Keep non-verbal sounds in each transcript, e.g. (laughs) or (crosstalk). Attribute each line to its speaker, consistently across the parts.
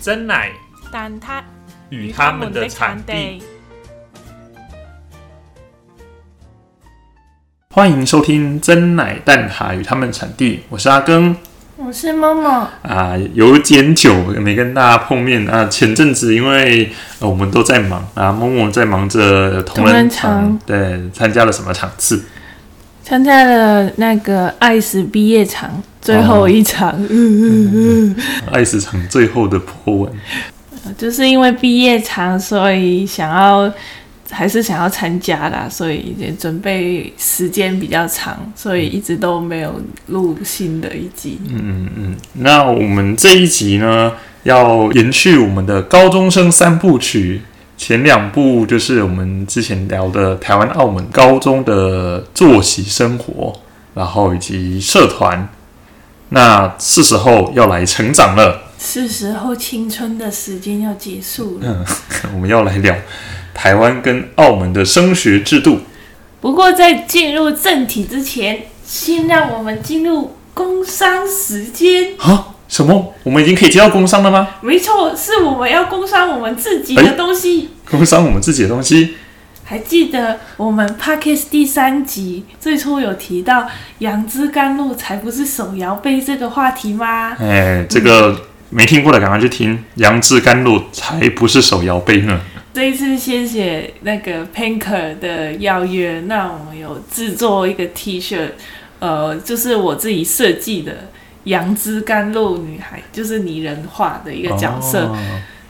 Speaker 1: 真乃
Speaker 2: 但他
Speaker 1: 与他们的产地。欢迎收听《真奶蛋挞与他们产地》，我是阿庚
Speaker 2: 我是默默，
Speaker 1: 啊，有点久没跟大家碰面啊。前阵子因为、呃我们都在忙啊，默默在忙着同
Speaker 2: 同
Speaker 1: 仁
Speaker 2: 仁
Speaker 1: 堂，对，参加了什么场次？
Speaker 2: 参加了那个爱死毕业场最后一场，
Speaker 1: 哦
Speaker 2: 嗯嗯
Speaker 1: 啊爱死场最后的破文，
Speaker 2: 嗯， (laughs) 就是因为毕业场，所以想要还是想要参加啦，所以也准备时间比较长，所以一直都没有录新的一集。
Speaker 1: 嗯嗯，那我们这一集呢，要延续我们的高中生三部曲。前两部就是我们之前聊的台湾、澳门高中的作息生活，然后以及社团。那是时候要来成长了， (laughs)
Speaker 2: 是时候青春的时间要结束了。
Speaker 1: 我们要来聊台湾跟澳门的升学制度。
Speaker 2: 不过在进入正题之前，先让我们进入工商时间。
Speaker 1: 啊？什么？我们已经可以接到工商了吗？
Speaker 2: 没错，是我们要工商我们自己的东西。
Speaker 1: 工商我们自己的东西？
Speaker 2: 还记得我们 p o d c a s t 第三集最初有提到杨枝甘露才不是手摇杯这个话题吗？
Speaker 1: 哎，这个没听过的赶快去听。杨枝甘露才不是手摇杯呢。
Speaker 2: 这一次谢谢那个 Panker 的邀约，那我们有制作一个 T 恤，呃，就是我自己设计的杨枝甘露女孩，就是拟人化的一个角色。
Speaker 1: 哦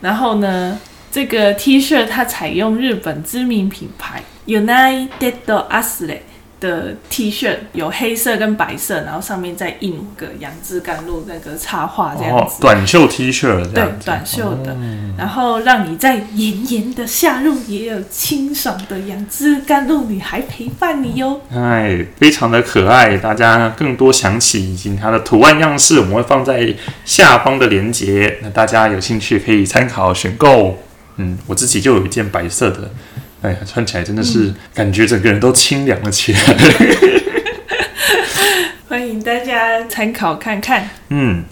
Speaker 2: 然后呢，这个 T 恤它采用日本知名品牌 United Asle 的 T 恤，有黑色跟白色，然后上面再印个杨枝甘露那个插画这样
Speaker 1: 哦，
Speaker 2: 子。
Speaker 1: 短袖 T 恤这
Speaker 2: 对
Speaker 1: 样子，哦
Speaker 2: 短袖的，然后让你在炎炎的夏日也有清爽的杨枝甘露女孩陪伴你哟。
Speaker 1: 哎，非常的可爱。大家更多详情以及它的图案样式，我们会放在下方的链接，那大家有兴趣可以参考选购。嗯，我自己就有一件白色的，哎呀，穿起来真的
Speaker 2: 嗯
Speaker 1: 是感觉整个人都清凉了起来。
Speaker 2: 欢迎大家参考看看。
Speaker 1: 嗯，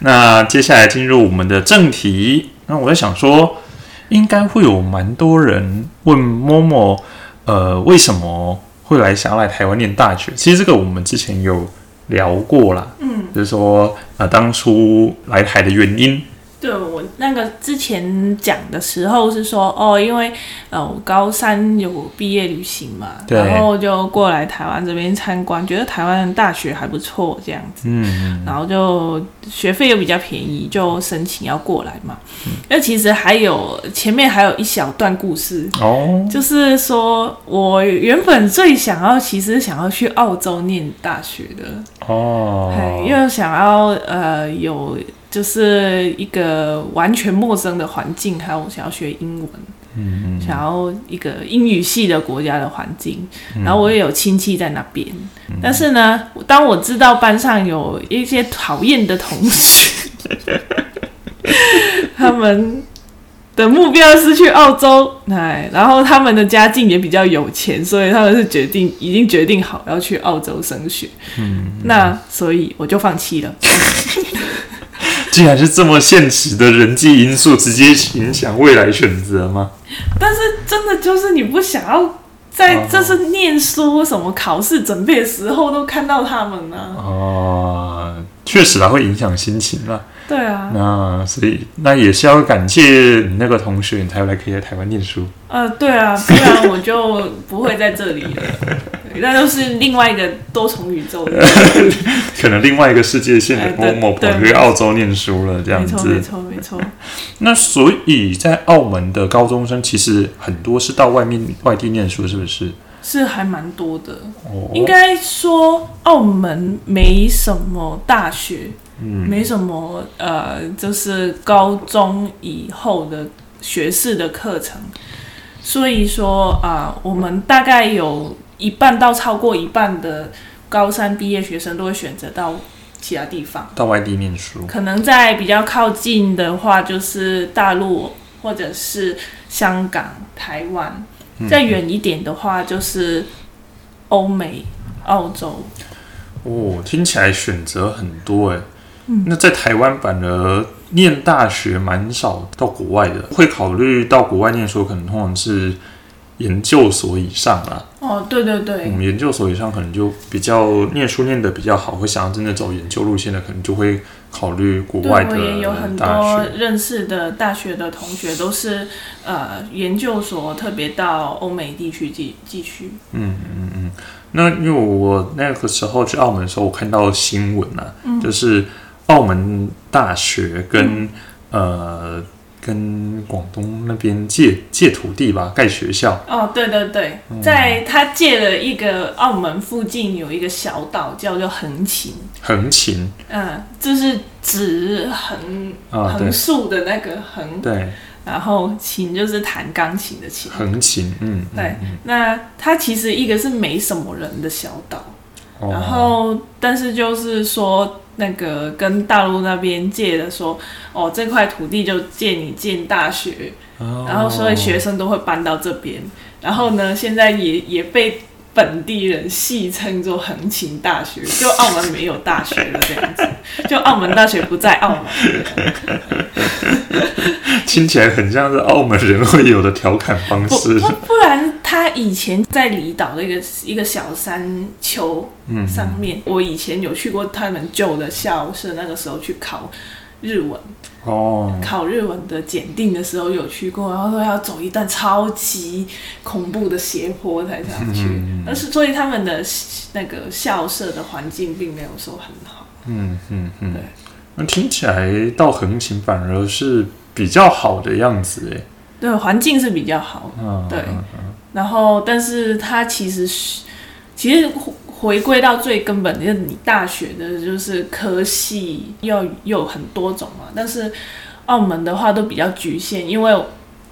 Speaker 1: 那接下来进入我们的正题。那我在想说，应该会有蛮多人问某某，呃，为什么会来想要来台湾念大学？其实这个我们之前有聊过啦，
Speaker 2: 嗯，
Speaker 1: 就是说，呃，当初来台的原因，
Speaker 2: 对我那个之前讲的时候是说哦，因为呃我高三有毕业旅行嘛，
Speaker 1: 对
Speaker 2: 然后就过来台湾这边参观，觉得台湾的大学还不错这样子，
Speaker 1: 嗯，
Speaker 2: 然后就学费又比较便宜，就申请要过来嘛。
Speaker 1: 嗯
Speaker 2: 那、其实还有前面还有一小段故事，
Speaker 1: 哦，
Speaker 2: 就是说我原本最想要其实想要去澳洲念大学的，哎，
Speaker 1: 哦，
Speaker 2: 又想要呃有就是一个完全陌生的环境，还有我想要学英文，
Speaker 1: 嗯，
Speaker 2: 想要一个英语系的国家的环境，
Speaker 1: 嗯
Speaker 2: 然后我也有亲戚在那边，但是呢，当我知道班上有一些讨厌的同学， (laughs) 他们。的目标是去澳洲，哎，然后他们的家境也比较有钱，所以他们是决定已经决定好要去澳洲升学。
Speaker 1: 嗯
Speaker 2: 那所以我就放弃了。
Speaker 1: 竟然是这么现实的人际因素，直接影响未来选择吗？
Speaker 2: 但是真的就是你不想要
Speaker 1: 哦
Speaker 2: 在就是念书什么考试准备的时候都看到他们啊呢、
Speaker 1: 哦，确实啦，会影响心情啦。
Speaker 2: 对啊，
Speaker 1: 那所以那也是要感谢你那个同学，你才来可以来台湾念书。
Speaker 2: 呃，对啊，不然我就不会在这里 (laughs) 了。对那就是另外一个多重宇宙了，
Speaker 1: 可能另外一个世界线
Speaker 2: 哎
Speaker 1: 的
Speaker 2: 对
Speaker 1: 某某
Speaker 2: 对
Speaker 1: 跑去澳洲念书 (laughs) 了，这样
Speaker 2: 没错，没
Speaker 1: 子。
Speaker 2: 错，没错。
Speaker 1: 那所以在澳门的高中生其实很多是到外面外地念书，是不是？
Speaker 2: 是还蛮多的，
Speaker 1: 哦，
Speaker 2: 应该说澳门没什么大学，
Speaker 1: 嗯
Speaker 2: 没什么呃，就是高中以后的学士的课程，所以说啊、我们大概有一半到超过一半的高三毕业学生都会选择到其他地方，
Speaker 1: 到外地念书。
Speaker 2: 可能在比较靠近的话，就是大陆或者是香港、台湾；再远一点的话，就是欧美、澳洲。嗯
Speaker 1: 哦，听起来选择很多哎。那在台湾反而念大学蛮少到国外的，会考虑到国外念书，可能通常是研究所以上啦。
Speaker 2: 哦，对对对，
Speaker 1: 我们研究所以上可能就比较念书念的比较好，会想要真的走研究路线的，可能就会考虑国
Speaker 2: 对，
Speaker 1: 外
Speaker 2: 我也有
Speaker 1: 的
Speaker 2: 很
Speaker 1: 大
Speaker 2: 多
Speaker 1: 学。
Speaker 2: 认识的大学的同学都是呃研究所，特别到欧美地区继继续。
Speaker 1: 那因为我那个时候去澳门的时候，我看到新闻啊，
Speaker 2: 嗯
Speaker 1: 就是澳门大学跟、呃跟广东那边借借土地吧，盖学校。
Speaker 2: 哦，对对对，
Speaker 1: 嗯
Speaker 2: 在他借了一个澳门附近有一个小岛叫做横琴，
Speaker 1: 横琴
Speaker 2: 嗯，就是指横
Speaker 1: 啊，对
Speaker 2: 横竖的那个横，
Speaker 1: 对，
Speaker 2: 然后琴就是弹钢琴的琴。
Speaker 1: 横琴，嗯，嗯
Speaker 2: 对，那它其实一个是没什么人的小岛，
Speaker 1: 哦
Speaker 2: 然后，但是就是说，那个跟大陆那边借的说，哦，这块土地就借你建大学，
Speaker 1: 哦
Speaker 2: 然后所以学生都会搬到这边。然后呢，现在也也被本地人戏称作横琴大学，就澳门没有大学了这样子，就澳门大学不在澳门。
Speaker 1: 听起来很像是澳门人会有的调侃方
Speaker 2: 不
Speaker 1: 式
Speaker 2: 不，不然他以前在离岛的一个一个小山丘上面，我以前有去过他们旧的校舍，那个时候去考日文。
Speaker 1: 哦，
Speaker 2: 考日文的检定的时候有去过，然后说要走一段超级恐怖的斜坡才上去，
Speaker 1: 嗯
Speaker 2: 但是所以他们的那个校舍的环境并没有说很好。
Speaker 1: 嗯嗯嗯
Speaker 2: 对，
Speaker 1: 那听起来到横琴反而是比较好的样子哎，
Speaker 2: 对，环境是比较好，
Speaker 1: 嗯，
Speaker 2: 对。然后，但是它其实是，其实回回归到最根本，就是你大学的就是科系要有很多种嘛。但是澳门的话都比较局限，因为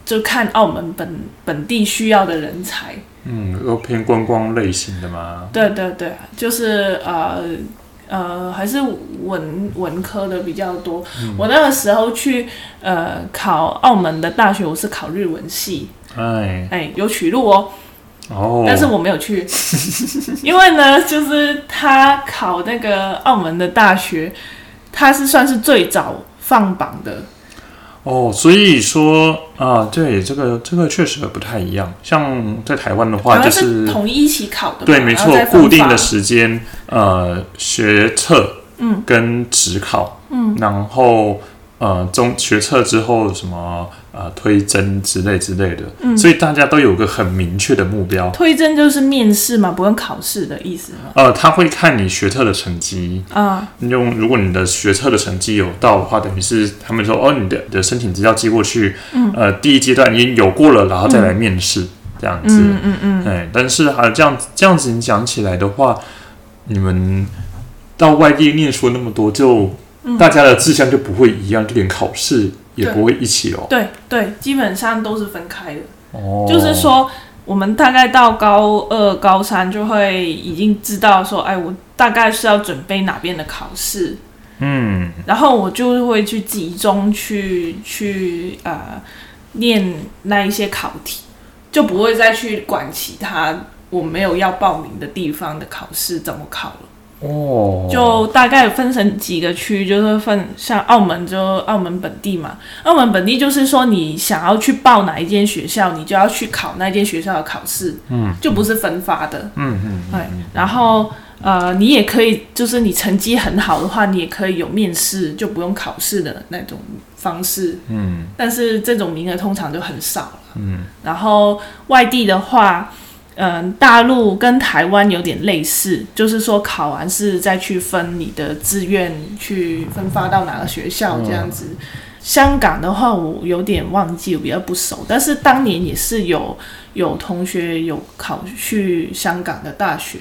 Speaker 2: 就看澳门本本地需要的人才。
Speaker 1: 嗯，又偏观光类型的嘛，
Speaker 2: 对对对，就是呃呃，还是文文科的比较多。
Speaker 1: 嗯
Speaker 2: 我那个时候去呃考澳门的大学，我是考日文系，
Speaker 1: 哎，
Speaker 2: 哎，有取录哦，
Speaker 1: 哦，
Speaker 2: 但是我没有去， (laughs) 因为呢，就是他考那个澳门的大学，他是算是最早放榜的，
Speaker 1: 哦，所以说啊，对，这个这个确实不太一样，像在台湾的话
Speaker 2: 好
Speaker 1: 就
Speaker 2: 像是同一起考的嘛，
Speaker 1: 对，没
Speaker 2: 然后
Speaker 1: 错
Speaker 2: 再，分
Speaker 1: 固定的
Speaker 2: 发
Speaker 1: 时间，呃，学测，
Speaker 2: 嗯，
Speaker 1: 跟职考，嗯，然后呃，中学测之后什么呃推甄之类之类的，嗯，所以大家都有个很明确的目标，
Speaker 2: 推甄就是面试嘛，不用考试的意思嘛，
Speaker 1: 呃，他会看你学测的成绩，
Speaker 2: 啊、
Speaker 1: 用如果你的学测的成绩有到的话，等于是他们说哦，你的你的申请资料寄过去，嗯，呃，第一阶段已经有过了，然后再来面试、这样子，
Speaker 2: 嗯嗯嗯，
Speaker 1: 哎，但是还有这样这样子，你讲起来的话，你们到外地念书那么多，就、
Speaker 2: 嗯
Speaker 1: 大家的志向就不会一样，就连考试也不会一起哦。
Speaker 2: 对对，基本上都是分开的。
Speaker 1: 哦，
Speaker 2: 就是，说，我们大概到高二、高三就会已经知道说，哎，我大概是要准备哪边的考试，
Speaker 1: 嗯，
Speaker 2: 然后我就会去集中去去呃念那一些考题，就不会再去管其他我没有要报名的地方的考试怎么考了。
Speaker 1: 哦，
Speaker 2: 就大概分成几个区，就是分像澳门就澳门本地嘛，澳门本地就是说你想要去报哪一间学校，你就要去考那间学校的考试，嗯，就不是分发的，
Speaker 1: 嗯嗯，
Speaker 2: 对，然后呃，你也可以就是你成绩很好的话，你也可以有面试，就不用考试的那种方式，
Speaker 1: 嗯，
Speaker 2: 但是这种名额通常就很少了，嗯，然后外地的话。嗯，大陆跟台湾有点类似，就是说考完试再去分你的志愿去分发到哪个学校这样子。香港的话，我有点忘记，我比较不熟，但是当年也是有有同学有考去香港的大学，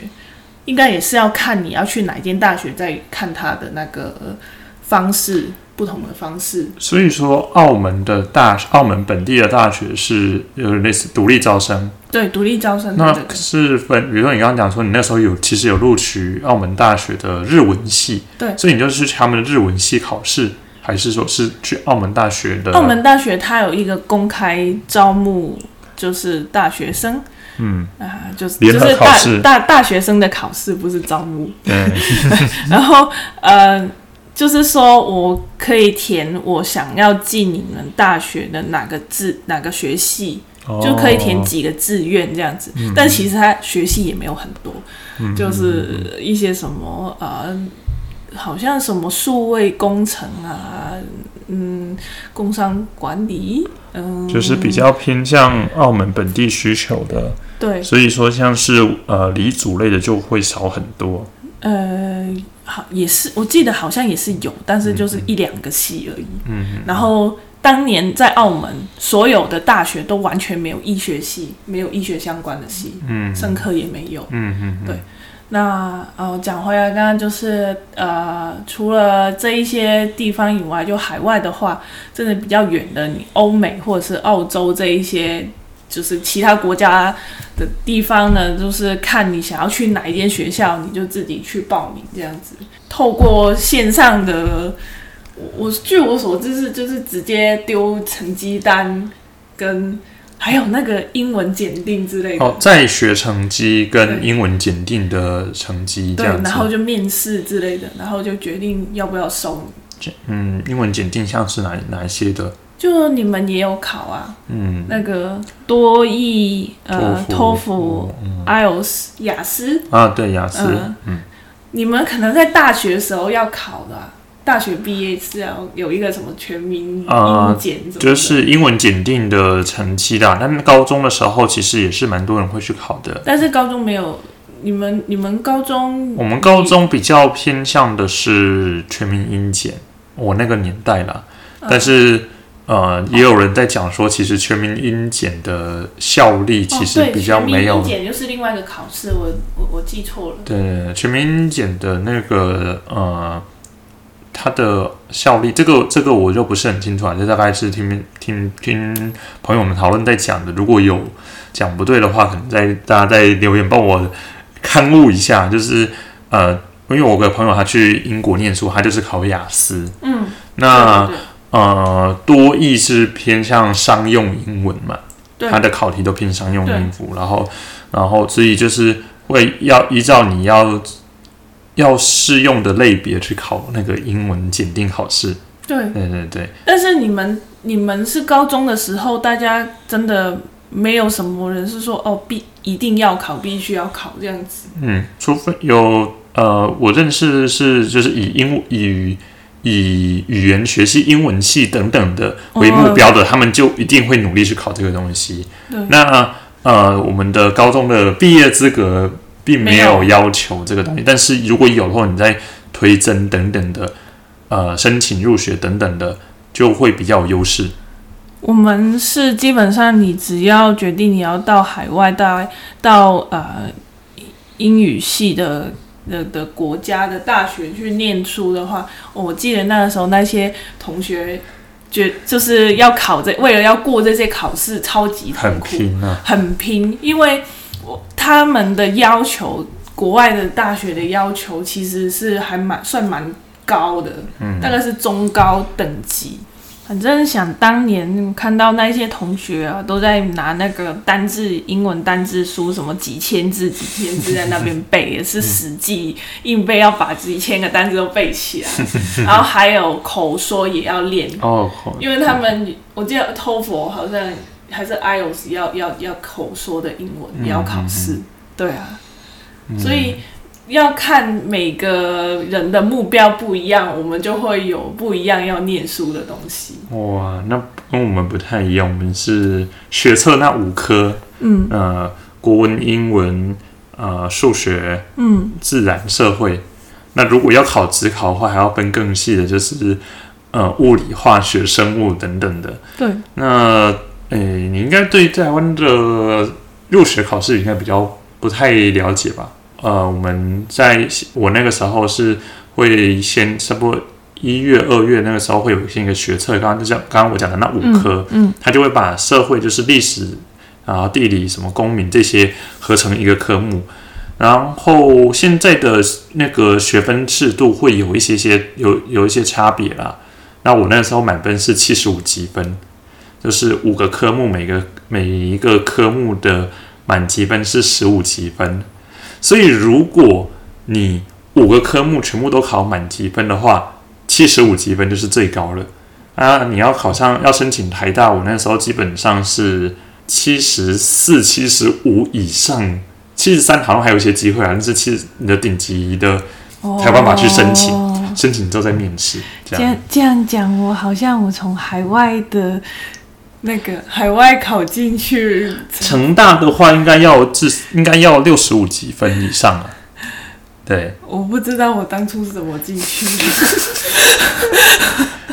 Speaker 2: 应该也是要看你要去哪间大学，再看他的那个呃方式，不同的方式。
Speaker 1: 所以说澳门的大澳门本地的大学是有类似独立招生，
Speaker 2: 嗯对，独立招生
Speaker 1: 那
Speaker 2: 的
Speaker 1: 是分，比如说你刚刚讲说你那时候有其实有录取澳门大学的日文系，
Speaker 2: 对
Speaker 1: 所以你就是去他们的日文系考试，还是说是去澳门大学的
Speaker 2: 澳门哦大学它有一个公开招募，就是大学生，嗯啊，就是
Speaker 1: 联
Speaker 2: 就
Speaker 1: 合
Speaker 2: 是
Speaker 1: 考试
Speaker 2: (laughs) 大大大学生的考试，不是招募。
Speaker 1: 对，
Speaker 2: 然后呃，就是说我可以填我想要进你们大学的哪个志哪个学系，
Speaker 1: 哦
Speaker 2: 就可以填几个志愿这样子。但其实他学系也没有很多，
Speaker 1: 嗯
Speaker 2: 就是一些什么啊、呃好像什么数位工程啊，嗯，工商管理，嗯，
Speaker 1: 就是比较偏向澳门本地需求的，
Speaker 2: 对，
Speaker 1: 所以说像是呃离组类的就会少很多。
Speaker 2: 呃，好，也是，我记得好像也是有，但是就是一两个系而已。
Speaker 1: 嗯，
Speaker 2: 然后当年在澳门，所有的大学都完全没有医学系，没有医学相关的系，
Speaker 1: 嗯
Speaker 2: 生科也没有。
Speaker 1: 嗯嗯嗯，
Speaker 2: 对那呃，讲回来，刚刚就是呃，除了这一些地方以外，就海外的话，真的比较远的，你欧美或者是澳洲这一些，就是其他国家的地方呢，就是看你想要去哪一间学校，你就自己去报名这样子。透过线上的，我我据我所知是就是直接丢成绩单跟。还有那个英文检定之类的，
Speaker 1: 哦，在学成绩跟
Speaker 2: 对
Speaker 1: 英文检定的成绩这
Speaker 2: 对，
Speaker 1: 样
Speaker 2: 然后
Speaker 1: 子。
Speaker 2: 就面试之类的，然后就决定要不要收你。
Speaker 1: 嗯，英文检定像是哪哪一些的？
Speaker 2: 就你们也有考啊，
Speaker 1: 嗯，
Speaker 2: 那个多益、呃、托福、
Speaker 1: 嗯
Speaker 2: IELTS、雅思，
Speaker 1: 啊，对雅思，
Speaker 2: 嗯
Speaker 1: 嗯，
Speaker 2: 你们可能在大学的时候要考的啊、大学毕业是要有一个什么全民
Speaker 1: 啊
Speaker 2: 英检什么的，
Speaker 1: 就是英文检定的成绩啦。但高中的时候其实也是蛮多人会去考的。
Speaker 2: 但是高中没有。你们你们高中哦
Speaker 1: 我们高中比较偏向的是全民英检，我那个年代啦。
Speaker 2: 嗯
Speaker 1: 但是呃，也有人在讲说，其实全民英检的效力其实
Speaker 2: 哦、对
Speaker 1: 比较没有。
Speaker 2: 全民英检就是另外一个考试，我我我记错了。
Speaker 1: 对，全民英检的那个呃，它的效力，这个这个我就不是很清楚啊，这大概是听听听朋友们讨论在讲的。如果有讲不对的话，可能在大家在留言帮我刊物一下，就是呃，因为我有个朋友他去英国念书，他就是考雅思，
Speaker 2: 嗯，
Speaker 1: 那
Speaker 2: 对
Speaker 1: 呃多义是偏向商用英文嘛，
Speaker 2: 对
Speaker 1: 它的
Speaker 2: 对
Speaker 1: 考题都偏商用应付，然后然后所以就是会要依照你要要适用的类别去考那个英文检定考试。
Speaker 2: 对，
Speaker 1: 对对对，
Speaker 2: 但是你们你们是高中的时候，大家真的没有什么人是说哦必一定要考，必须要考这样子。
Speaker 1: 嗯，除非有呃，我认识的是就是以英以以语言学系、英文系等等的为目标的，他们就一定会努力去考这个东西。
Speaker 2: 对
Speaker 1: 那呃，我们的高中的毕业资格并没有
Speaker 2: 没有
Speaker 1: 要求这个东西，但是如果有的话，你在推甄等等的，呃，申请入学等等的，就会比较有优势。
Speaker 2: 我们是基本上你只要决定你要到海外，到到呃英语系的。的的国家的大学去念书的话，哦我记得那个时候那些同学，觉就是要考这，为了要过这些考试，超级痛
Speaker 1: 很
Speaker 2: 苦。
Speaker 1: 拼啊，
Speaker 2: 很拼，因为我他们的要求，国外的大学的要求其实是还蛮算蛮高的，
Speaker 1: 嗯
Speaker 2: 大概是中高等级。反正想当年看到那些同学啊，都在拿那个单字英文单字书，什么几千字、几千字在那边背，也是死记硬背，要把几千个单字都背起来。然后还有口说也要练，
Speaker 1: 哦，
Speaker 2: 因为他们我记得托福好像还是 IELTS 要要要口说的英文，也要考
Speaker 1: 嗯
Speaker 2: 试，对啊，所以要看每个人的目标不一样，我们就会有不一样要念书的东西。
Speaker 1: 哦哇，那跟我们不太一样，我们是学测那五科，
Speaker 2: 嗯
Speaker 1: 呃，国文、英文、呃，数学、
Speaker 2: 嗯，
Speaker 1: 自然、社会。那如果要考职考的话，还要分更细的，就是呃，物理、化学、生物等等的。
Speaker 2: 对，
Speaker 1: 那诶、你应该对台湾的入学考试应该比较不太了解吧？呃，我们在我那个时候是会先差不多一月、二月那个时候会有一些学测，刚刚就像刚刚我讲的那五科，
Speaker 2: 嗯
Speaker 1: 他就会把社会就是历史然后地理、什么公民这些合成一个科目。然后现在的那个学分制度会有一些些有有一些差别啦。那我那时候满分是七十五积分，就是五个科目，每个每一个科目的满积分是十五积分。所以如果你五个科目全部都考满积分的话，七十五积分就是最高了。啊，你要考上要申请台大，我那时候基本上是七十四、七十五以上，七十三好像还有一些机会啊，但是七你的顶级的才有办法去申请
Speaker 3: 哦
Speaker 1: 申请之后再面试，这
Speaker 3: 这
Speaker 1: 样
Speaker 3: 样这样讲，我好像我从海外的
Speaker 2: 那个海外考进去，
Speaker 1: 成大的话应该要至应该要六十五积分以上啊。对，
Speaker 2: 我不知道我当初是怎么
Speaker 1: (laughs)
Speaker 2: 进去的。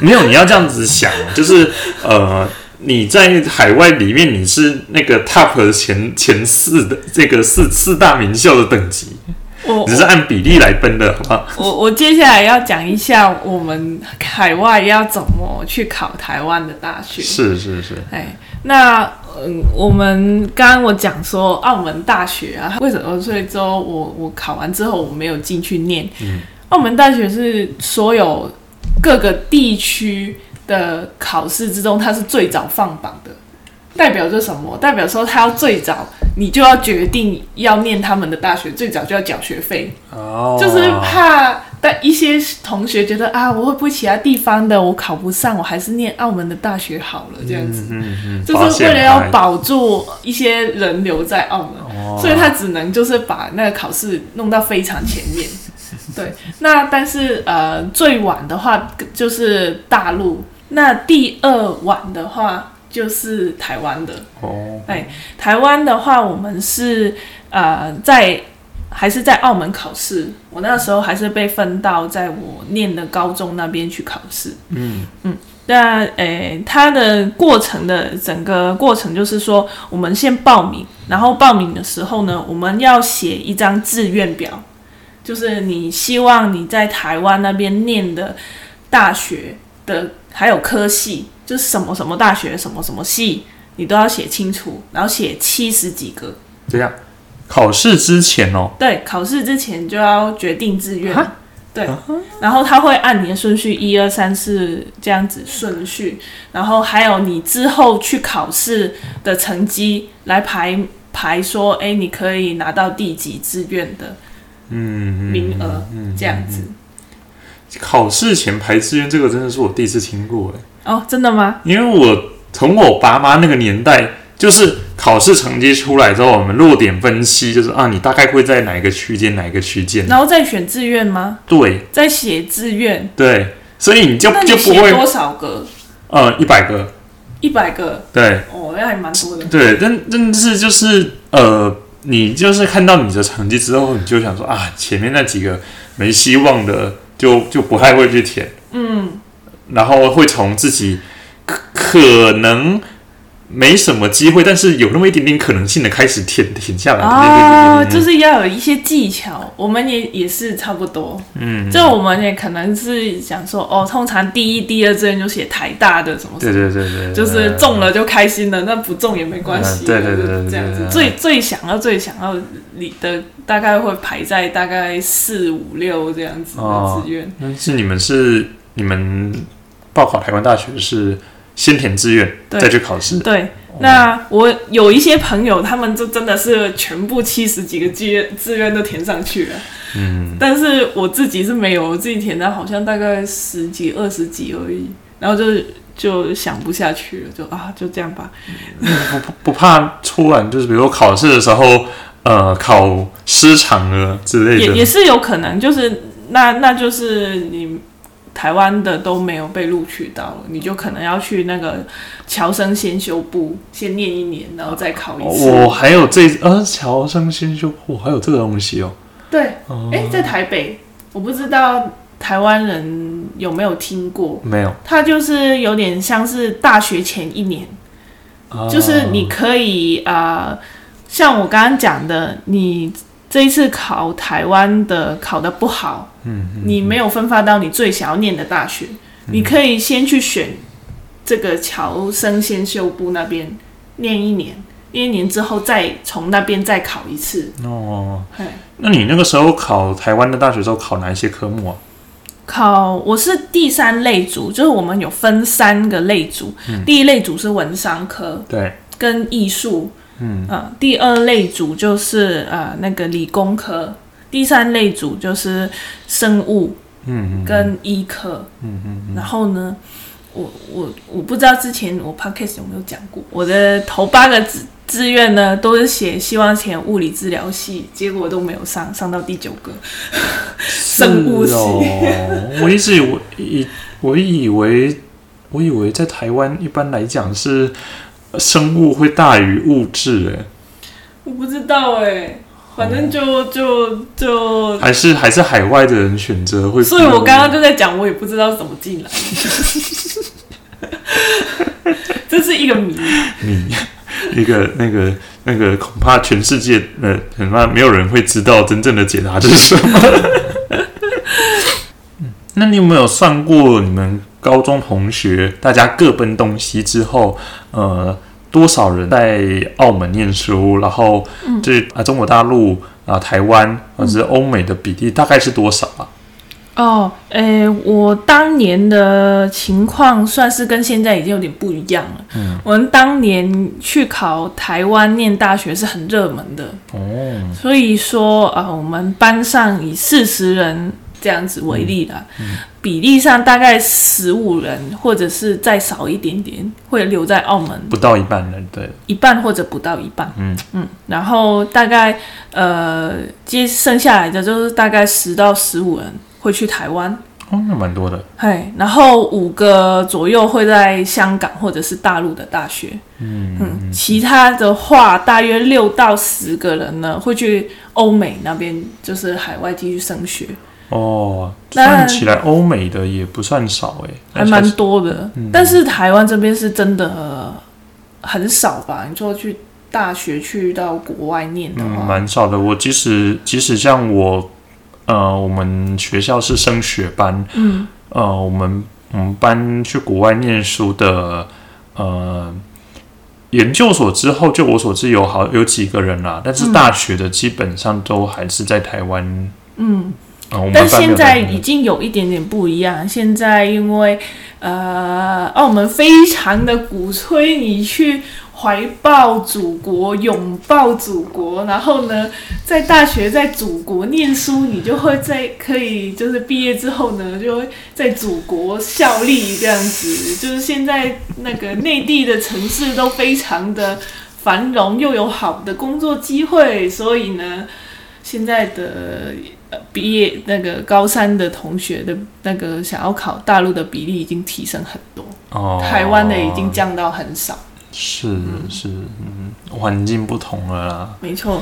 Speaker 1: 没有你要这样子想，啊 (laughs) 就是呃，你在海外里面你是那个 top 的前前四的这个四四大名校的等级，
Speaker 2: 我
Speaker 1: 只是按比例来分的，好不好？
Speaker 2: 我我接下来要讲一下我们海外要怎么去考台湾的大学。
Speaker 1: 是是是，
Speaker 2: 哎，那嗯，我们刚刚我讲说澳门大学啊，为什么最终我我考完之后我没有进去念？
Speaker 1: 嗯
Speaker 2: 澳门大学是所有各个地区的考试之中，它是最早放榜的。代表着什么？代表说他要最早，你就要决定要念他们的大学，最早就要缴学费。
Speaker 1: 哦
Speaker 2: 就是怕但一些同学觉得啊，我会不会其他地方的我考不上，我还是念澳门的大学好了，这样子，
Speaker 1: 嗯嗯，
Speaker 2: 就是为了要
Speaker 1: 保，
Speaker 2: 保住一些人留在澳门，
Speaker 1: 哦
Speaker 2: 所以他只能就是把那个考试弄到非常前
Speaker 1: (laughs)
Speaker 2: 面。对，那但是呃，最晚的话就是大陆，那第二晚的话就是台湾的。
Speaker 1: 哦，
Speaker 2: 台湾的话，我们是呃在还是在澳门考试，我那时候还是被分到在我念的高中那边去考试。
Speaker 1: 嗯
Speaker 2: 那诶，它的过程的整个过程就是说，我们先报名，然后报名的时候呢，我们要写一张志愿表，就是你希望你在台湾那边念的大学的还有科系，就是什么什么大学什么什么系，你都要写清楚，然后写七十几个。
Speaker 1: 这样考试之前哦，
Speaker 2: 对，考试之前就要决定志愿
Speaker 1: 哈。啊
Speaker 2: 对，然后他会按你的顺序一二三四这样子顺序，然后还有你之后去考试的成绩来排排说，哎，你可以拿到第几志愿的
Speaker 1: 嗯，嗯
Speaker 2: 名额
Speaker 1: 嗯嗯
Speaker 2: 这样子。
Speaker 1: 考试前排志愿这个真的是我第一次听过哎，
Speaker 2: 哦，真的吗？
Speaker 1: 因为我从我爸妈那个年代，就是考试成绩出来之后，我们落点分析，就是啊，你大概会在哪一个区间，哪一个区间？
Speaker 2: 然后再选志愿吗？
Speaker 1: 对
Speaker 2: 再写志愿，
Speaker 1: 对，所以你就
Speaker 2: 那你
Speaker 1: 就不
Speaker 2: 写
Speaker 1: 会
Speaker 2: 多少个？
Speaker 1: 呃一百个，
Speaker 2: 一百个？
Speaker 1: 对
Speaker 2: 哦，那还蛮多的。
Speaker 1: 对，但但是就是呃，你就是看到你的成绩之后，你就想说啊，前面那几个没希望的，就就不太会去填。
Speaker 2: 嗯，
Speaker 1: 然后会从自己可可能没什么机会，但是有那么一点点可能性的开始填填下来。
Speaker 2: 啊，就是是要有一些技巧，我们也也是差不多。
Speaker 1: 嗯，
Speaker 2: 就我们也可能是想说，哦，通常第一、第二志愿就写台大的什么什
Speaker 1: 对
Speaker 2: 么，
Speaker 1: 对对对，
Speaker 2: 就是中了就开心了，那不中也没关系，
Speaker 1: 嗯对对对对对
Speaker 2: 这样子
Speaker 1: 对。对
Speaker 2: 最最想要、最想要你的大概会排在大概四五六这样子的
Speaker 1: 哦
Speaker 2: 志愿。
Speaker 1: 嗯。是你们是你们报考台湾大学是先填志愿
Speaker 2: 对
Speaker 1: 再去考试，
Speaker 2: 对，那我有一些朋友，他们就真的是全部七十几个志愿志愿都填上去了，
Speaker 1: 嗯，
Speaker 2: 但是我自己是没有，我自己填的好像大概十几、二十几而已，然后就是就想不下去了，就啊就这样吧。
Speaker 1: 不怕突然就是比如说考试的时候。呃，考失常了之类
Speaker 2: 也也
Speaker 1: 的，
Speaker 2: 是有可能，就是那那就是你台湾的都没有被录取到，你就可能要去那个侨生先修部先念一年，然后再考一次。
Speaker 1: 我还有这呃，乔生先修，我还有这个东西哦。
Speaker 2: 对，哎、在台北，我不知道台湾人有没有听过，
Speaker 1: 没有，
Speaker 2: 它就是有点像是大学前一年，
Speaker 1: 啊
Speaker 2: 就是你可以啊、呃像我刚刚讲的，你这一次考台湾的考的不好，
Speaker 1: 嗯，嗯
Speaker 2: 你没有分发到你最想要念的大学，你可以先去选这个侨生先修部那边念一年，念一年之后再从那边再考一次。
Speaker 1: 哦，
Speaker 2: 嘿
Speaker 1: 那你那个时候考台湾的大学时候考哪一些科目啊？
Speaker 2: 考我是第三类组，就是我们有分三个类组，
Speaker 1: 嗯
Speaker 2: 第一类组是文商科
Speaker 1: 对，
Speaker 2: 跟艺术，
Speaker 1: 嗯
Speaker 2: 啊、第二类组就是呃那个理工科，第三类组就是生物
Speaker 1: 嗯嗯，
Speaker 2: 跟医科，
Speaker 1: 嗯嗯嗯
Speaker 2: 然后呢，我我我不知道之前我 podcast 有没有讲过，我的头八个志志愿呢都是写希望填物理治疗系，结果都没有上，上到第九个生物系。
Speaker 1: 是哦，我一直以为以我以为我以为在台湾一般来讲是呃生物会大于物质，哎，
Speaker 2: 我不知道哎、反正就就就，
Speaker 1: 还是还是海外的人选择会比较，
Speaker 2: 所以我刚刚就在讲，我也不知道怎么进来， (laughs) 这是一个谜。
Speaker 1: 你 (laughs) 一个那个那个，恐怕全世界呃，恐怕没有人会知道真正的解答是什么。嗯 (laughs) 那你有没有算过你们高中同学大家各奔东西之后，呃，多少人在澳门念书，然后
Speaker 2: 嗯
Speaker 1: 这啊中国大陆啊、台湾或者是欧美的比例大概是多少啊？
Speaker 2: 哦，诶，我当年的情况算是跟现在已经有点不一样了。嗯，我们当年去考台湾念大学是很热门的，
Speaker 1: 哦，
Speaker 2: 所以说啊、呃我们班上以四十人这样子为例啦，
Speaker 1: 嗯
Speaker 2: 比例上大概十五人或者是再少一点点会留在澳门，
Speaker 1: 不到一半人，对，
Speaker 2: 一半或者不到一半。
Speaker 1: 嗯
Speaker 2: 嗯，然后大概呃，接剩下来的就是大概十到十五人会去台湾。
Speaker 1: 哦，那蛮多的。
Speaker 2: 嘿，然后五个左右会在香港或者是大陆的大学，嗯其他的话大约六到十个人呢会去欧美那边，就是海外继续升学，
Speaker 1: 哦，
Speaker 2: 那
Speaker 1: 算起来欧美的也不算少哎，
Speaker 2: 还蛮多的。但是台湾这边是真的呃很少吧？你说去大学去到国外念的
Speaker 1: 嗯，
Speaker 2: 话，
Speaker 1: 蛮少的。我即使即使像我，呃，我们学校是升学班，
Speaker 2: 嗯，
Speaker 1: 呃，我们我们班去国外念书的，呃，研究所之后，就我所知有好有几个人啦，但
Speaker 2: 嗯
Speaker 1: 是大学的基本上都还是在台湾，嗯，我们班
Speaker 2: 但
Speaker 1: 没
Speaker 2: 现
Speaker 1: 有
Speaker 2: 在
Speaker 1: 台湾
Speaker 2: 已经有一点点不一样。现在因为呃，澳门非常的鼓吹你去怀抱祖国、拥抱祖国，然后呢，在大学在祖国念书，你就会在可以就是毕业之后呢，就会在祖国效力这样子。就是现在那个内地的城市都非常的繁荣，又有好的工作机会，所以呢。现在的毕业那个高三的同学的那个想要考大陆的比例已经提升很多，
Speaker 1: 哦，
Speaker 2: 台湾的已经嗯降到很少。
Speaker 1: 是是，嗯，环境不同了啦。
Speaker 2: 没错，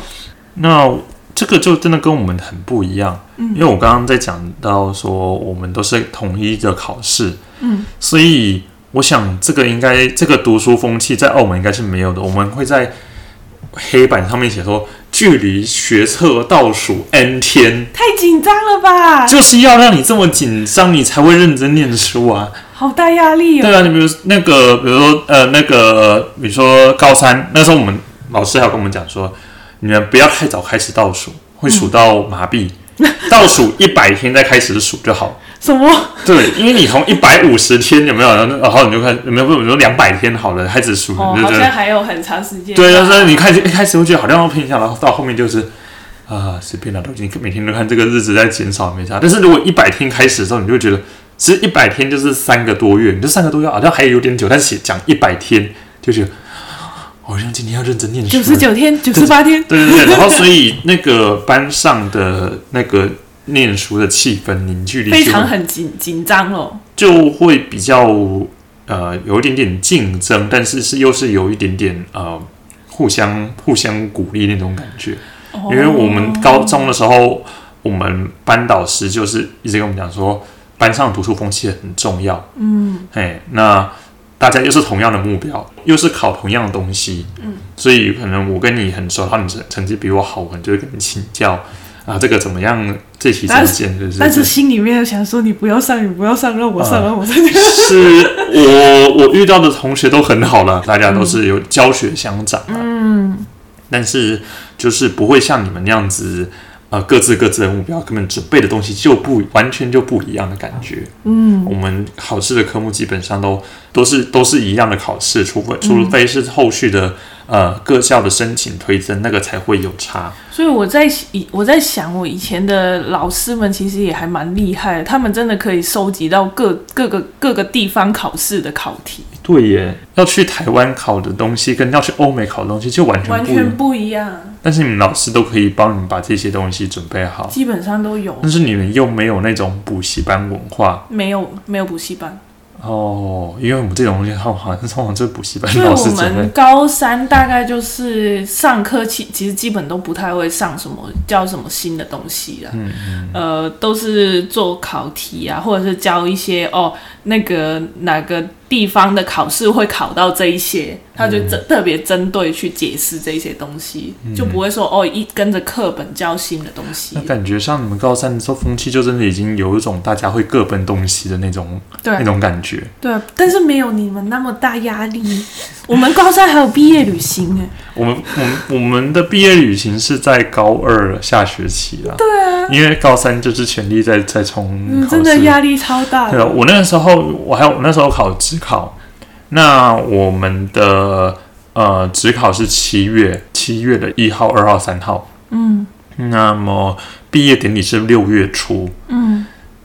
Speaker 1: 那这个就真的跟我们很不一样，因为我刚刚在讲到说我们都是统一的考试，
Speaker 2: 嗯，
Speaker 1: 所以我想这个应该这个读书风气在澳门应该是没有的，我们会在黑板上面写说距离学测倒数 n 天，
Speaker 2: 太紧张了吧？
Speaker 1: 就是要让你这么紧张，你才会认真念书啊。
Speaker 2: 好大压力哦。
Speaker 1: 对啊，你比如那个，比如说呃，那个，比如说高三那时候，我们老师还有跟我们讲说，你们不要太早开始倒数，会
Speaker 2: 嗯
Speaker 1: 数到麻痹，倒数一百天再开始数就好。
Speaker 2: 什么？
Speaker 1: 对，因为你从一百五十天有没有，然后然后你就开始有没有不，比如说两百天好了，开始数，
Speaker 2: 哦，
Speaker 1: 你就觉
Speaker 2: 好像
Speaker 1: 得
Speaker 2: 还有很长时间。
Speaker 1: 对，啊就是你开始一开始会觉得好像要偏向，然后到后面就是。啊，随便啦，都已经每天都看这个日子在减少，没差。但是如果一百天开始的时候，你就会觉得，其实一百天就是三个多月，你这三个多月好像还有点久，但是讲一百天就觉得，好像今天要认真念书
Speaker 2: 九
Speaker 1: 了。
Speaker 2: 十九
Speaker 1: (laughs)
Speaker 2: 天，九十八天，
Speaker 1: 对对对，然后所以那个班上的那个念书的气氛凝聚力
Speaker 2: 非
Speaker 1: 就
Speaker 2: 常很紧紧张哦。
Speaker 1: 就会比较呃有一点点竞争，但是是又是有一点点呃互相互相鼓励那种感觉。
Speaker 2: 哦
Speaker 1: 因为我们高中的时候，我们班导师就是一直跟我们讲说，班上读书风气很重要。嗯，哎，那大家又是同样的目标，又是考同样的东西，嗯，所以可能我跟你很熟，然后你成成绩比我好，我可能就会跟你请教啊，这个怎么样？这题怎么
Speaker 3: 但是
Speaker 1: 解？就是
Speaker 3: 但是心里面又想说，你不要上，你不要上，让我上，
Speaker 1: 嗯
Speaker 3: 让我上。
Speaker 1: 是我我遇到的同学都很好了，大家都是有啊教学相长、嗯，但是就是不会像你们那样子，呃各自各自的目标，根本准备的东西就不完全就不一样的感觉。嗯，我们考试的科目基本上都都是都是一样的考试，除非除非是后续的呃各校的申请推甄，那个才会有差。
Speaker 2: 所以我在以我在想，我以前的老师们其实也还蛮厉害的，他们真的可以收集到各各个各个地方考试的考题，
Speaker 1: 对耶，要去台湾考的东西跟要去欧美考的东西就完全
Speaker 2: 完
Speaker 1: 不一样
Speaker 2: 全，不一样，
Speaker 1: 但是你们老师都可以帮你们把这些东西准备好。
Speaker 2: 基本上都有，
Speaker 1: 但是你们又没有那种补习班文化
Speaker 2: 没有没有补习班。
Speaker 1: 哦，因为我们这种东西好好像通常就是补习班
Speaker 2: 所以
Speaker 1: 老师
Speaker 2: 我
Speaker 1: 准
Speaker 2: 们
Speaker 1: 备。
Speaker 2: 高三大概就是上课其其实基本都不太会上什么叫什么新的东西啦，
Speaker 1: 嗯嗯，
Speaker 2: 呃，都是做考题啊，或者是教一些哦那个哪个地方的考试会考到这一些，他就针、
Speaker 1: 嗯
Speaker 2: 特别针对去解释这一些东西，就不会说哦一跟着课本教新的东西
Speaker 1: 那，感觉像你们高三的时候风气就真的已经有一种大家会各奔东西的那种
Speaker 2: 对啊
Speaker 1: 那种感觉。
Speaker 2: 对啊，但是没有你们那么大压力， (laughs) 我们高三还有毕业旅行哎、
Speaker 1: 我们我们我们的毕业旅行是在高二下学期啦，对啊，因为高三就是全力在在冲
Speaker 2: 嗯，
Speaker 1: 考试，
Speaker 2: 真的压力超大
Speaker 1: 对
Speaker 2: 的，
Speaker 1: 啊，我那时候我还有我那时候考职考，那我们的呃职考是七月七月的一号、二号、三号，
Speaker 2: 嗯
Speaker 1: 那么毕业典礼是六月初，
Speaker 2: 嗯。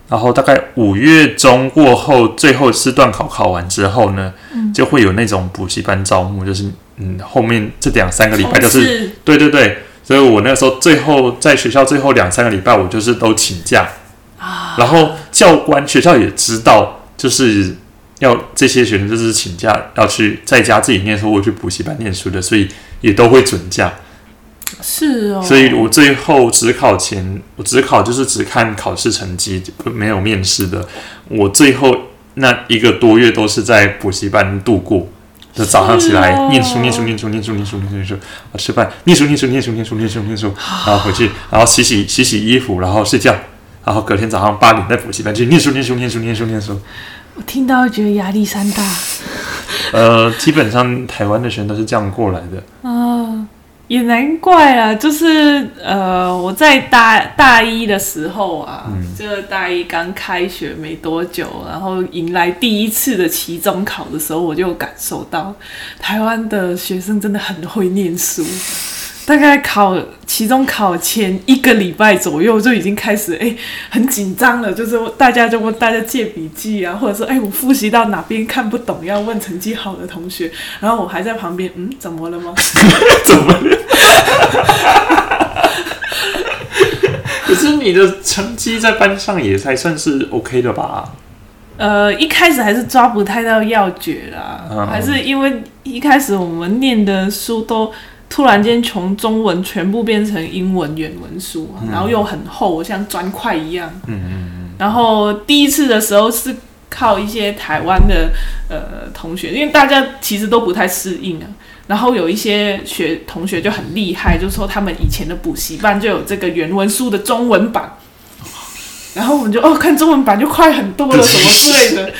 Speaker 1: 然后大概五月中过后，最后是段考考完之后呢，就会有那种补习班招募，就是嗯后面这两三个礼
Speaker 2: 哦
Speaker 1: 拜就是
Speaker 3: 哦
Speaker 2: 冲刺
Speaker 1: 对对对，所以我那时候最后在学校最后两三个礼拜，我就是都请假啊。然后教官学校也知道，就是要这些学生就是请假要去在家自己念书，或去补习班念书的，所以也都会准假。
Speaker 2: 是哦，
Speaker 1: 所以我最后只考前，我只考就是只看考试成绩，不没有面试的。我最后那一个多月都是在补习班度过。就早上起
Speaker 2: 是
Speaker 1: 来
Speaker 2: 哦
Speaker 1: 念书念书念书念书念书念书念书，啊吃饭念书念书念书念书念书念书，然后回去然后洗洗洗洗衣服，然后睡觉，然后隔天早上八点在补习班去念书念书念书念书念书。
Speaker 3: 我听到觉得压力山大。
Speaker 1: 呃，基本上台湾的学生都是这样过来的。
Speaker 2: 啊，也难怪啦，就是呃，我在大大一的时候啊，就是大一刚开学没多久，然后迎来第一次的期中考的时候，我就感受到台湾的学生真的很会念书。 (laughs) 大概考期中考前一个礼拜左右就已经开始哎、很紧张了，就是大家就问大家借笔记啊，或者说哎、我复习到哪边看不懂要问成绩好的同学，然后我还在旁边嗯怎么了吗？
Speaker 1: 怎么了？ (laughs) 可是你的成绩在班上也才算是 OK 的吧？
Speaker 2: 呃，一开始还是抓不太到要诀啦，
Speaker 1: 嗯
Speaker 2: 还是因为一开始我们念的书都突然间从中文全部变成英文原文书啊，然后又很厚，像砖块一样。
Speaker 1: 嗯嗯
Speaker 2: 然后第一次的时候是靠一些台湾的呃同学，因为大家其实都不太适应啊。然后有一些学同学就很厉害，就说他们以前的补习班就有这个原文书的中文版，然后我们就哦看中文版就快很多了什么之类的。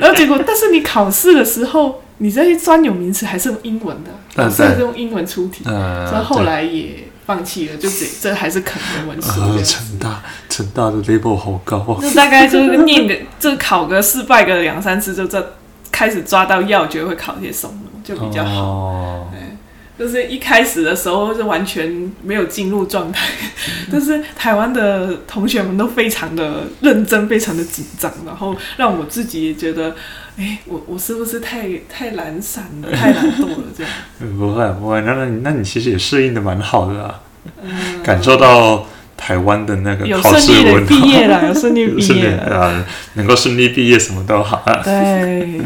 Speaker 2: 然后结果，但是你考试的时候，你这些专有名词还是用英文的，
Speaker 1: 嗯
Speaker 2: 考试还是用英文出题，
Speaker 1: 嗯，
Speaker 2: 所以
Speaker 1: 呃，
Speaker 2: 后来也放弃了，就只这还是啃原文
Speaker 1: 对
Speaker 2: 书这
Speaker 1: 呃，
Speaker 2: 样。
Speaker 1: 成大成大的 level 好高哦。
Speaker 2: 那大概就是念个， (laughs) 就考个失败个两三次，就这开始抓到要诀，会考些什么就比较好。
Speaker 1: 哦，
Speaker 2: 就是一开始的时候是完全没有进入状态， (laughs) 但是台湾的同学们都非常的认真，非常的紧张，然后让我自己也觉得，哎，我我是不是太太懒散了，太懒惰了
Speaker 1: (laughs)
Speaker 2: 这样？
Speaker 1: 嗯不会不会，那那你那你其实也适应的蛮好的啊，
Speaker 2: 嗯
Speaker 1: 感受到台湾的那个
Speaker 2: 有
Speaker 1: 考
Speaker 2: 顺
Speaker 1: 试
Speaker 2: 利的
Speaker 1: 文
Speaker 2: 毕
Speaker 1: 化，
Speaker 2: 业了，有顺利
Speaker 1: (laughs)
Speaker 2: 毕
Speaker 1: 顺利
Speaker 2: 业了，
Speaker 1: 啊，能够顺利毕业什么都好啊。
Speaker 2: 对，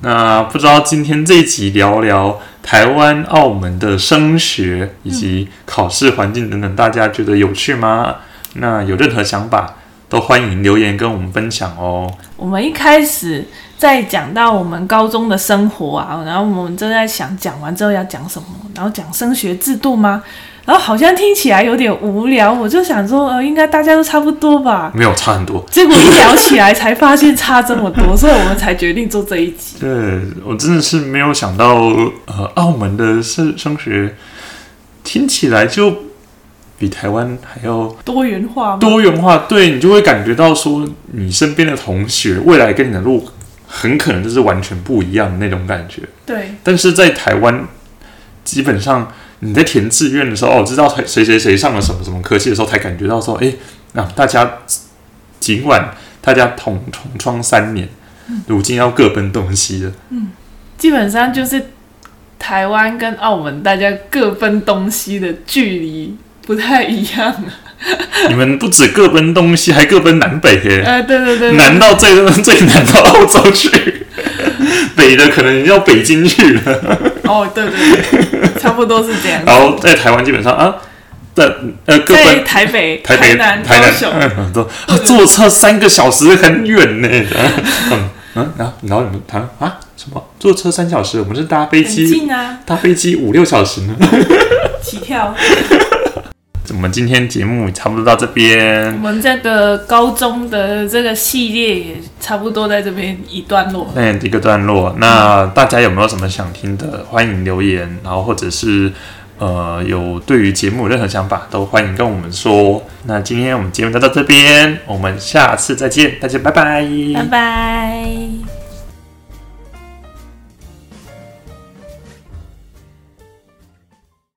Speaker 1: 那不知道今天这一集聊聊台湾、澳门的升学以及考试环境等等，大家觉得有趣吗？那有任何想法都欢迎留言跟我们分享哦。
Speaker 2: 我们一开始在讲到我们高中的生活啊，然后我们正在想讲完之后要讲什么，然后讲升学制度吗？然后好像听起来有点无聊，我就想说，呃，应该大家都差不多吧。
Speaker 1: 没有差很多，
Speaker 2: 结果一聊起来才发现差这么多，所以我们才决定做这一集。
Speaker 1: 对我真的是没有想到，呃，澳门的升升学听起来就比台湾还要
Speaker 2: 多元化嘛，
Speaker 1: 多元化，对你就会感觉到说，你身边的同学未来跟你的路很可能就是完全不一样的那种感觉。
Speaker 2: 对
Speaker 1: 但是在台湾，基本上你在填志愿的时候，哦，知道谁谁谁谁上了什么什么科系的时候，才感觉到说，哎、那、大家尽管大家同同窗三年，如今要各奔东西了。
Speaker 2: 基本上就是台湾跟澳门大家各奔东西的距离不太一样啊。
Speaker 1: (laughs) 你们不止各奔东西，还各奔南北耶，
Speaker 2: 呃，对对对，
Speaker 1: 南到最 (laughs) 最南到澳洲
Speaker 2: (laughs)
Speaker 1: 去，北的可能要北京去了。
Speaker 2: 哦，对对对，差不多是这样。
Speaker 1: 然后在台湾基本上啊，在呃各
Speaker 2: 在
Speaker 1: 奔
Speaker 2: 台北、
Speaker 1: (laughs) 台北、
Speaker 2: 南、
Speaker 1: 台
Speaker 2: 高
Speaker 1: 南
Speaker 2: 雄，
Speaker 1: 嗯都啊坐车三个小时很远呢。 (laughs) 嗯嗯，然后然后你们谈啊什么坐车三小时，我们是搭飞
Speaker 2: 很
Speaker 1: 机，
Speaker 2: 近啊，
Speaker 1: 搭飞机五六小时呢。嗯
Speaker 2: 起跳。
Speaker 1: 我们今天节目差不多到这
Speaker 2: 我
Speaker 1: 边。
Speaker 2: 们这个高中的这个系列也差不多在这边一段落。
Speaker 1: 那一个段落，那大家有没有什么想听的？欢迎留言，然后或者是呃有对于节目有任何想法，都欢迎跟我们说。那今天我们节目就到这边，我们下次再见，大家拜拜
Speaker 2: 拜拜。